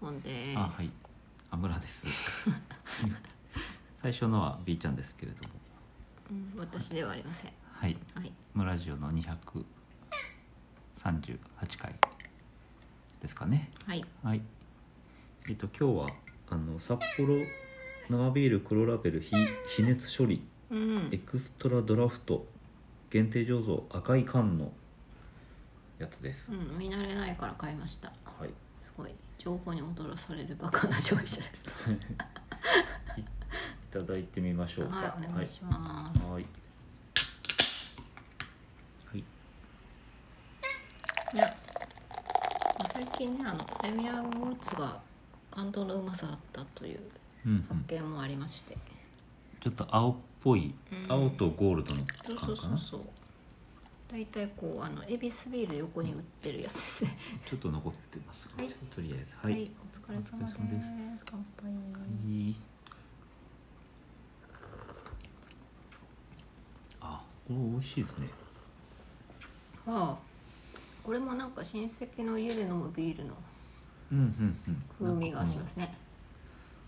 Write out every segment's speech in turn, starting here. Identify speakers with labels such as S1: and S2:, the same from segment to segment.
S1: ポンです
S2: あはいアムラです 最初のは B ちゃんですけれども
S1: うん、私ではありません
S2: はい
S1: はい
S2: ムラジオの238回ですかね
S1: はい
S2: はいえっと今日はあの札幌生ビール黒ラベル非非熱処理
S1: うん
S2: エクストラドラフト限定醸造赤い缶のやつです、
S1: うん、見慣れないから買いました
S2: はい
S1: すごい情報に驚されるバカな消費者です
S2: いただいてみましょうか
S1: はいお願いし
S2: は
S1: ま
S2: いはいはい
S1: す、いや最近ねあのプレミアムモルツが感動のうまさだったという
S2: うんうん
S1: 発見もありまして、
S2: ちょっと青っぽい、
S1: うん
S2: 青とゴールドの
S1: そうそ
S2: 感
S1: う
S2: か
S1: そう
S2: な
S1: そう大体こうあのエビスビール横に売ってるやつですね
S2: ちょっと残ってますが、
S1: はい
S2: とりあえずはい、はい
S1: お疲れ様です
S2: お疲れ様です
S1: 乾杯、
S2: あこれ美味しいですね
S1: ああこれもなんか親戚の家で飲むビールの
S2: うんうんう
S1: 風
S2: ん
S1: 味がしますすね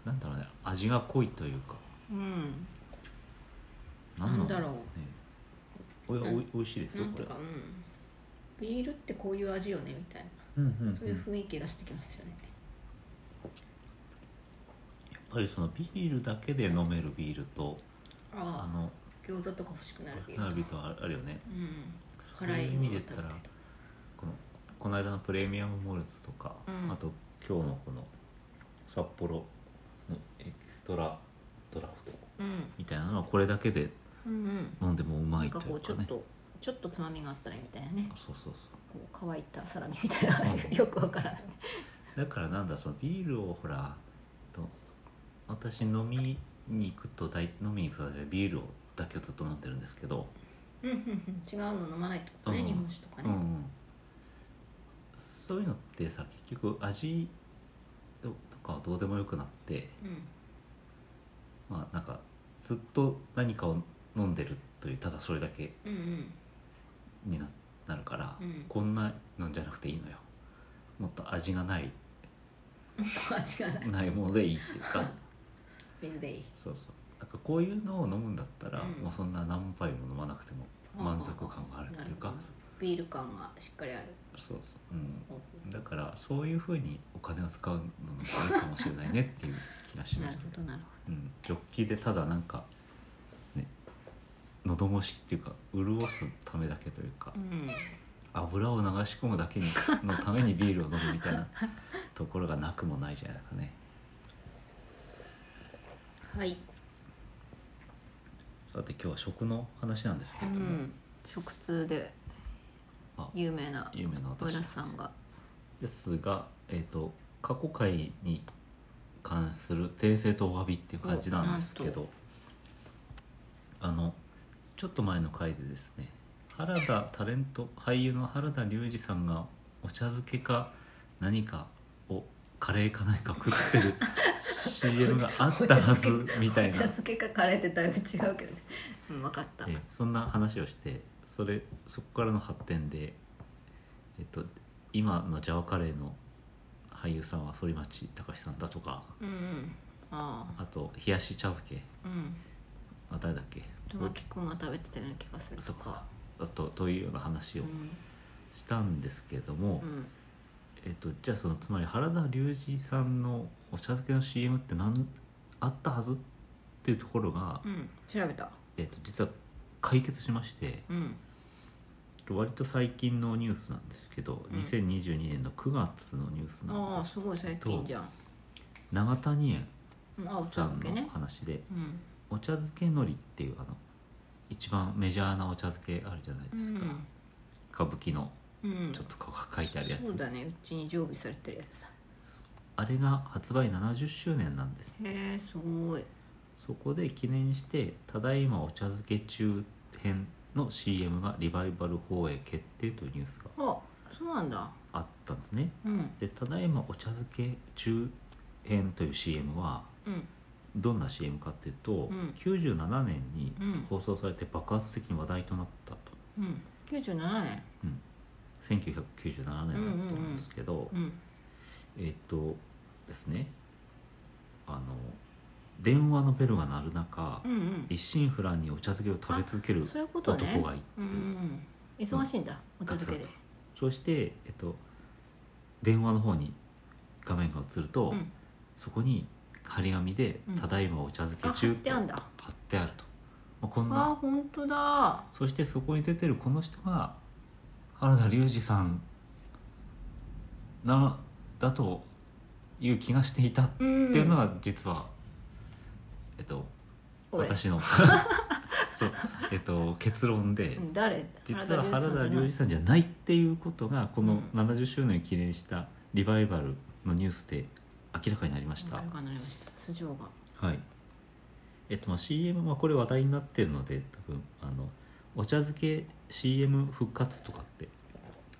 S2: なんだろうね味が濃いというか
S1: うん
S2: 何の
S1: なんだろう
S2: ねこれはおい美味しいです
S1: な
S2: よ
S1: ん
S2: こ
S1: と
S2: れ
S1: かうんビールってこういう味よねみたいな
S2: うんうん、うん、
S1: そういう雰囲気がしてきますよね
S2: やっぱりそのビールだけで飲めるビールとあ
S1: ああ
S2: の
S1: 餃子とか欲しくなるビール
S2: 花
S1: と
S2: 火とあるよね
S1: うん
S2: そう
S1: 辛
S2: い
S1: いう
S2: 意
S1: も
S2: 味
S1: の
S2: で
S1: だ
S2: 言
S1: た
S2: った
S1: り
S2: らこのこの間のプレミアムモルツとか、
S1: うん
S2: あと今日のこの札幌のエキストラドラフト
S1: うん
S2: みたいなのはこれだけで
S1: うんうん
S2: 飲んでもうま
S1: なん
S2: い
S1: か
S2: とい
S1: こ
S2: う
S1: うち
S2: か
S1: ょっ
S2: ね
S1: とちょっとつまみがあったりみたいなね
S2: そうそうそう
S1: こう乾いたサラミみたいなよくわからない
S2: だからなんだそのビールをほらと私飲みに行くと大飲みに行くと大体ビールをだけをずっと飲んでるんですけど、
S1: うんうんうん違うの飲まないってことね
S2: うん
S1: 日本酒とか
S2: うんう
S1: ね
S2: ん、そういうのってさ結局味とかはどうでもよくなって
S1: うん
S2: まあなんかずっと何かを飲んでるというただそれだけ
S1: うんうん
S2: にななるから、
S1: うん
S2: こんなのじゃなくていいのよもっと味が ない
S1: 味がない
S2: ないものでいいっていうか
S1: 水でいい
S2: そうそうなんかこういうのを飲むんだったら、
S1: うん
S2: もうそんな何杯も飲まなくても満足感があるっていうか、
S1: なほどビール感がしっかりある
S2: そうそううんだからそういうふうにお金を使うのもいいかもしれないねっていう気がしま
S1: なる
S2: した
S1: ほどなる
S2: うん、ジョッキでただなんかね喉越しっていうか潤すためだけというか
S1: ほどうん
S2: 油を流し込むだけにのためにビールを飲むみたいなところがなくもないじゃないかね
S1: はい
S2: さて今日は食の話なんですけ
S1: う
S2: れども、
S1: ん食通で
S2: あ
S1: 有名な
S2: 有名な
S1: 村
S2: 私
S1: さんが
S2: ですが、えー、と過去回に関する訂正とお詫びっていう感じなんですけどあのちょっと前の回でですね原田タレント俳優の原田龍二さんがお茶漬けか何かをカレーか何か食って る CM があったはずみたい
S1: お
S2: な
S1: 茶漬けかカレーってだいぶ違うけどね うん分かった
S2: えーそんな話をしてそれそこからの発展で、えっと、今のジャワカレーの俳優さんは反町隆史さんだとか
S1: うんうんあ
S2: あと冷やし茶漬け
S1: あうん
S2: は誰だっけ
S1: 玉木くんが食べてたような気がする
S2: そ
S1: と
S2: っ
S1: か
S2: かあとというような話
S1: う
S2: を
S1: ん
S2: したんですけれども、
S1: うん
S2: えっと、じゃあそのつまり原田龍二さんのお茶漬けの CM ってなんあったはずっていうところが、
S1: うん調べた
S2: えっと、実は解決しまして。
S1: うん
S2: 割と最近のニュースなんですけど、
S1: うん
S2: 2022年の9月のニュース
S1: あ
S2: なん
S1: あ
S2: です
S1: すごい最近じゃん
S2: 永谷園
S1: うんあお茶
S2: さん
S1: 漬け
S2: の
S1: ね
S2: 話で、
S1: うん
S2: お茶漬けのりっていうあの一番メジャーなお茶漬けあるじゃないですか、歌舞伎の
S1: うんうん
S2: ちょっと顔が書いてあるやつ、
S1: そうだねうちに常備されてるやつだ
S2: あれが発売70周年なんです
S1: へえすごい
S2: そこで記念して「ただいまお茶漬け中編」の CM がリバイバル放映決定というニュースが
S1: あそうなんだ
S2: あったんですね
S1: うん
S2: で「ただいまお茶漬け中編」という CM は
S1: うん
S2: どんな CM かっていうと、
S1: ん
S2: 97年に
S1: うん
S2: 放送されて爆発的に話題となったと、
S1: うん97年
S2: 1997年だったと思うんですけど、
S1: うん
S2: えっ、とですねあの電話のベルが鳴る中、
S1: うんうん
S2: 一心不乱にお茶漬けを食べ続ける
S1: そういうことね
S2: 男がいて
S1: うんうんうん、忙しいんだ、お茶漬け
S2: ガツガ
S1: で
S2: ツそして、えっと、電話の方に画面が映ると、
S1: うん
S2: そこに張り紙で
S1: う
S2: 「
S1: ん
S2: ただいまお茶漬け
S1: あ貼
S2: 中」
S1: ってあんだ
S2: 貼ってあると、まあ、こん
S1: あ
S2: な
S1: 本当だ
S2: そしてそこに出てるこの人が原田龍二さんなだという気がしていたって
S1: うん
S2: いうのが実は、えっと
S1: おい
S2: 私 のそう、えっと、結論で。
S1: うん誰
S2: 実は原田
S1: 隆
S2: 龍二さんじゃないっていうことがこの
S1: う
S2: 70周年を記念したリバイバルのニュースで明らかになりまし
S1: じゃな
S2: た
S1: い、わかりました素性が
S2: はいえっとまあ CM はこれ話題になってるので多分あのお茶漬け CM 復活とかって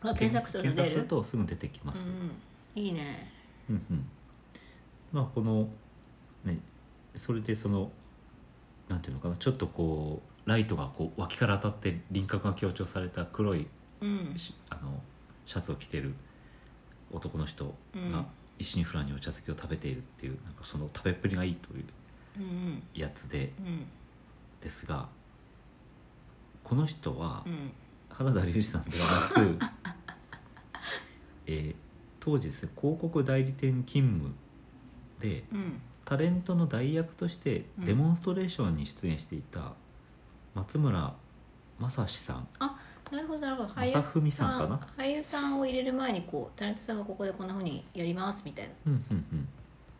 S1: あ検索すると出
S2: 検
S1: る
S2: 索とすぐ出てきます、
S1: うん、いいね
S2: うんうんまあこのねそれでそのなんていうのかなちょっとこうライトがこう脇から当たって輪郭が強調された黒い
S1: うん
S2: しあのシャツを着てる男の人
S1: うん
S2: が一心不乱にお茶漬けを食べているっていうなんかその食べっぷりがいいという
S1: うんうん
S2: やつで
S1: うん
S2: ですがこの人は
S1: うん
S2: 原田龍二さんではなく、えー当時ですね広告代理店勤務で
S1: うん
S2: タレントの代役としてデモンストレーションに出演していた松村正史さん
S1: なるほどなるほど
S2: 正文さんかな
S1: 俳優さんを入れる前にこうタレントさんがここでこんなふうにやりますみたいな
S2: うんうんうん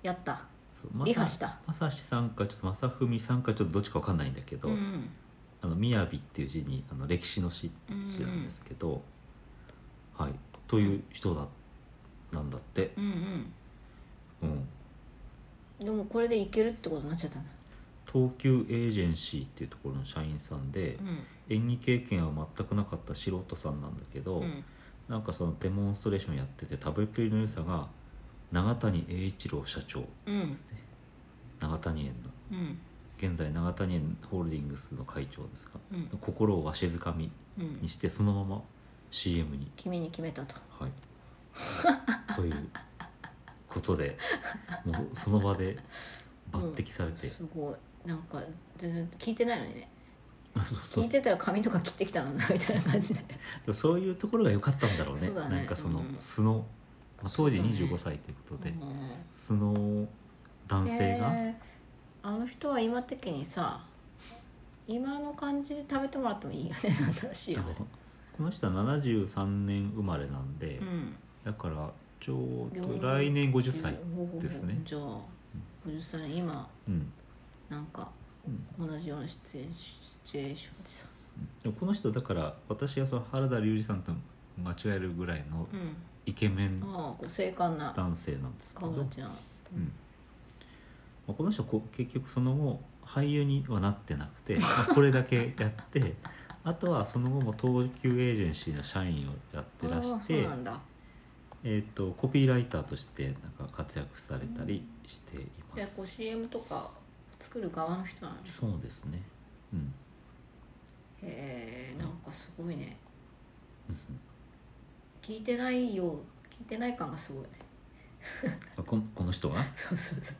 S1: やった
S2: そうま
S1: リハした
S2: まさしさんかちょっとまさふみさんかちょっとどっちかわかんないんだけど「
S1: うん
S2: あのみやび」っていう字にあの歴史の詩
S1: うんうん
S2: なんですけど、はいという人だなんだって
S1: うんうん
S2: うん
S1: でもこれでいけるってことになっちゃったんだ
S2: 東急エージェンシーっていうところの社員さんで
S1: うん
S2: 演技経験は全くなかった素人さんなんだけど、
S1: うん
S2: なんかそのデモンストレーションやってて食べっぷりの良さが永谷栄一郎社長
S1: うん
S2: 永谷園の
S1: うん
S2: 現在永谷園ホールディングスの会長ですが
S1: うん
S2: 心をわしづかみ
S1: うん
S2: にしてそのまま CM に、
S1: 君に決めたと
S2: はい、ということでもうその場で抜擢されて、
S1: すごいなんか全然聞いてないのにね
S2: そう
S1: 聞いてたら髪とか切ってきたのになみたいな感じで
S2: そうそういうところが良かったんだろうね
S1: そうだね
S2: なんかその
S1: うん
S2: 素の、まあ、当時
S1: そうだね
S2: 25歳ということで、
S1: うん
S2: 素の男性が、
S1: えーあの人は今的にさ今の感じで食べてもらってもいいよね新しいよ
S2: あの
S1: ね
S2: この人は73年生まれなんで、
S1: うん
S2: だからちょう
S1: 両
S2: ど来年50歳、ですね
S1: うんじゃあ50歳今
S2: うん
S1: なんか
S2: うん
S1: 同じようなシチュエーシシチュエーションでさ
S2: でもこの人だから私がその原田龍二さんと間違えるぐらいの
S1: うん
S2: イケメン
S1: ああこう精悍な
S2: 男性なんですけど、
S1: 顔
S2: うん
S1: 立ちな
S2: まあ、この人こう結局その後俳優にはなってなくて、まあこれだけや ってあとはその後も東急エージェンシーの社員をやってらし
S1: ああ
S2: て
S1: そうな、んだ
S2: えー、とコピーライターとしてなんか活躍されたりしていま
S1: じゃあ
S2: す
S1: こう CM とか作る側の人なのへ
S2: そうですねうん
S1: えなんかすごいね聞いてないよ聞いてない感がすごいね
S2: あこのこの人が
S1: そうそうそ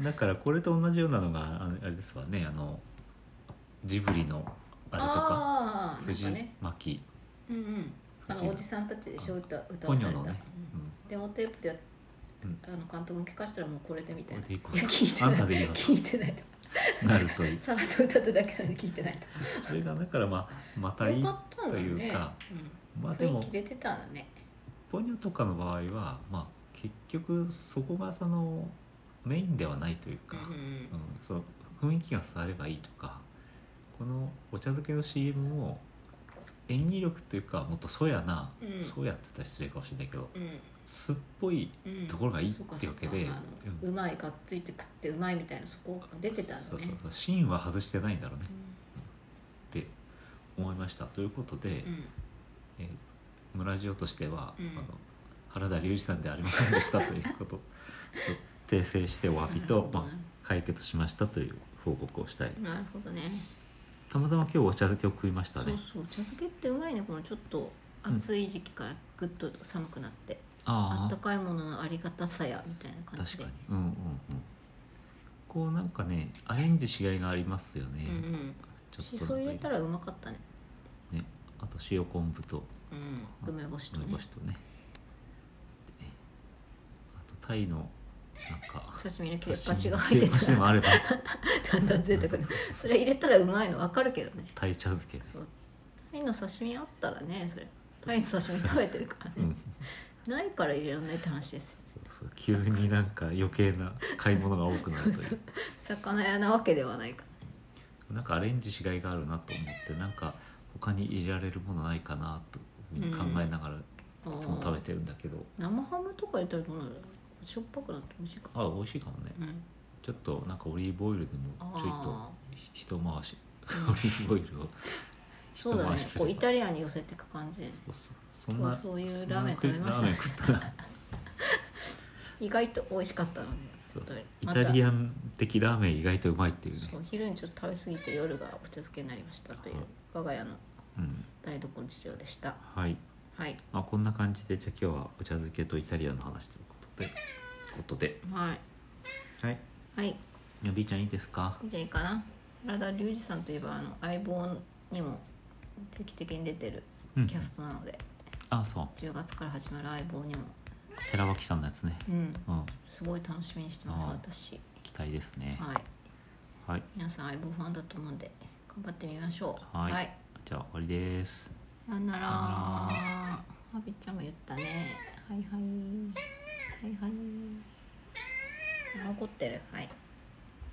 S1: う
S2: だからこれと同じようなのがああれですわねあのジブリのあれとか
S1: ああなん
S2: 藤
S1: かね
S2: 巻
S1: うんうんあ
S2: 藤
S1: のおじさんたちでしょ歌歌
S2: ポ
S1: わ
S2: ニ
S1: さ
S2: ョ
S1: れた、
S2: のね、
S1: うんデモテープでやっ
S2: うん
S1: あの監督に聞かしたらもうこれでみたいな
S2: これでいこう
S1: や聞いて
S2: あんた
S1: な
S2: でいい
S1: い
S2: よ
S1: 聞いてない
S2: うんなるという
S1: さらっと歌っただけなんで聞いてないと
S2: それがだからまあまたいい
S1: よかったんだ
S2: と
S1: ね
S2: いうか、
S1: うん
S2: まあでも
S1: 雰囲気出てたんだね
S2: ポニョとかの場合はまあ結局そこがそのメインではないという
S1: う
S2: か
S1: ん、うんうん
S2: うんその雰囲気が伝わればいいとかこのお茶漬けの CM を演技力というかもっとそやな、
S1: うん
S2: そうやって言ったら失礼かもしれないけど
S1: うん
S2: すっぽい
S1: うん
S2: ところがいいっ
S1: そうか
S2: て
S1: そ
S2: わ
S1: う
S2: け
S1: か
S2: で、
S1: あ
S2: うん
S1: のうまいがっついて食ってうまいみたいなそこが出てたんだね
S2: そうそうそう芯は外してないんだろうね
S1: う
S2: って思いましたということで、
S1: んうん
S2: えー村ジオとしては、
S1: うん
S2: あの原田隆二さんではありませんでしたということ と訂正してお詫びと、まあ、解決しましたという報告をしたい
S1: なるほどね
S2: たまたま今日お茶漬けを食いまし
S1: そ
S2: た
S1: う
S2: ね
S1: そう茶漬けってうまいねこのちょっと暑い時期からぐっと寒くなって、あ
S2: あ
S1: った
S2: あ
S1: かいもののありがたさやみたいな感
S2: 確
S1: じで
S2: かにうんうんうんこうなんかねアレンジしがいがありますよね、
S1: うんうん
S2: ちょ
S1: し
S2: っと
S1: そ
S2: なん
S1: 入
S2: か
S1: れたらうまかったね
S2: ねあと塩昆布と
S1: うん梅干しとね
S2: 梅干しとねねあとタイのなんか
S1: 刺身の切れっ端が入っ
S2: 切れ
S1: て
S2: っ端で
S1: た
S2: も
S1: ら
S2: あれば
S1: だんだん 贅沢ですそれ入れたらうまいの分かるけどね
S2: タイ茶漬け
S1: そうタイの刺身あったらねそれタイの刺身食べてるからね、
S2: うん
S1: ないから入れられないって話ですよ
S2: 急になんか余計な買い物が多くなるという
S1: 魚屋なわけではないから
S2: なんかアレンジしがいがあるなと思ってなんか他に入れられるものないかなと考えながらい
S1: あー
S2: つも食べてるんだけど、
S1: 生ハムとか入れたらどうなるしょっぱくなって美味しいか
S2: あ美味しいかもね
S1: うん
S2: ちょっとなんかオリーブオイルでもちょいと
S1: あ
S2: 一回し オリーブオイルを
S1: ーそうだね
S2: す
S1: こう
S2: れ
S1: イ
S2: ば
S1: タリアンに寄せていく感じです
S2: そうそうそんな
S1: そうそういう
S2: そん
S1: ラーメン食べました
S2: ラーメ
S1: ね
S2: ン食ったら
S1: 意外と美味しかったので、
S2: そう そうイ
S1: ま
S2: タ
S1: た
S2: リアン的ラーメン意外とうまいっていうね
S1: そう昼にちょっと食べ過ぎて夜がお茶漬けになりましたという
S2: はい
S1: 我が家の
S2: うん
S1: 台所事情でした
S2: はい、
S1: はい
S2: まあ、こんな感じでじゃあ今日はお茶漬けとイタリアンの話ということでことで
S1: はい
S2: はい
S1: はい
S2: や B ちゃんいいですか
S1: じゃあいいかな原田龍二さんといえばあの相棒にも定期的に出てる
S2: うん
S1: キャストなので、
S2: あそう
S1: 10月から始まる相棒にも
S2: 寺脇さんのやつね
S1: うん
S2: うん
S1: すごい楽しみにしてます
S2: ああ
S1: 私
S2: 期待ですね
S1: はい
S2: はい
S1: 皆さん相棒ファンだと思うんで頑張ってみましょう
S2: はい、じゃあ終わりです
S1: さよなら
S2: さよな
S1: あびちゃんも言ったねはいはいはいはいあ怒ってるはい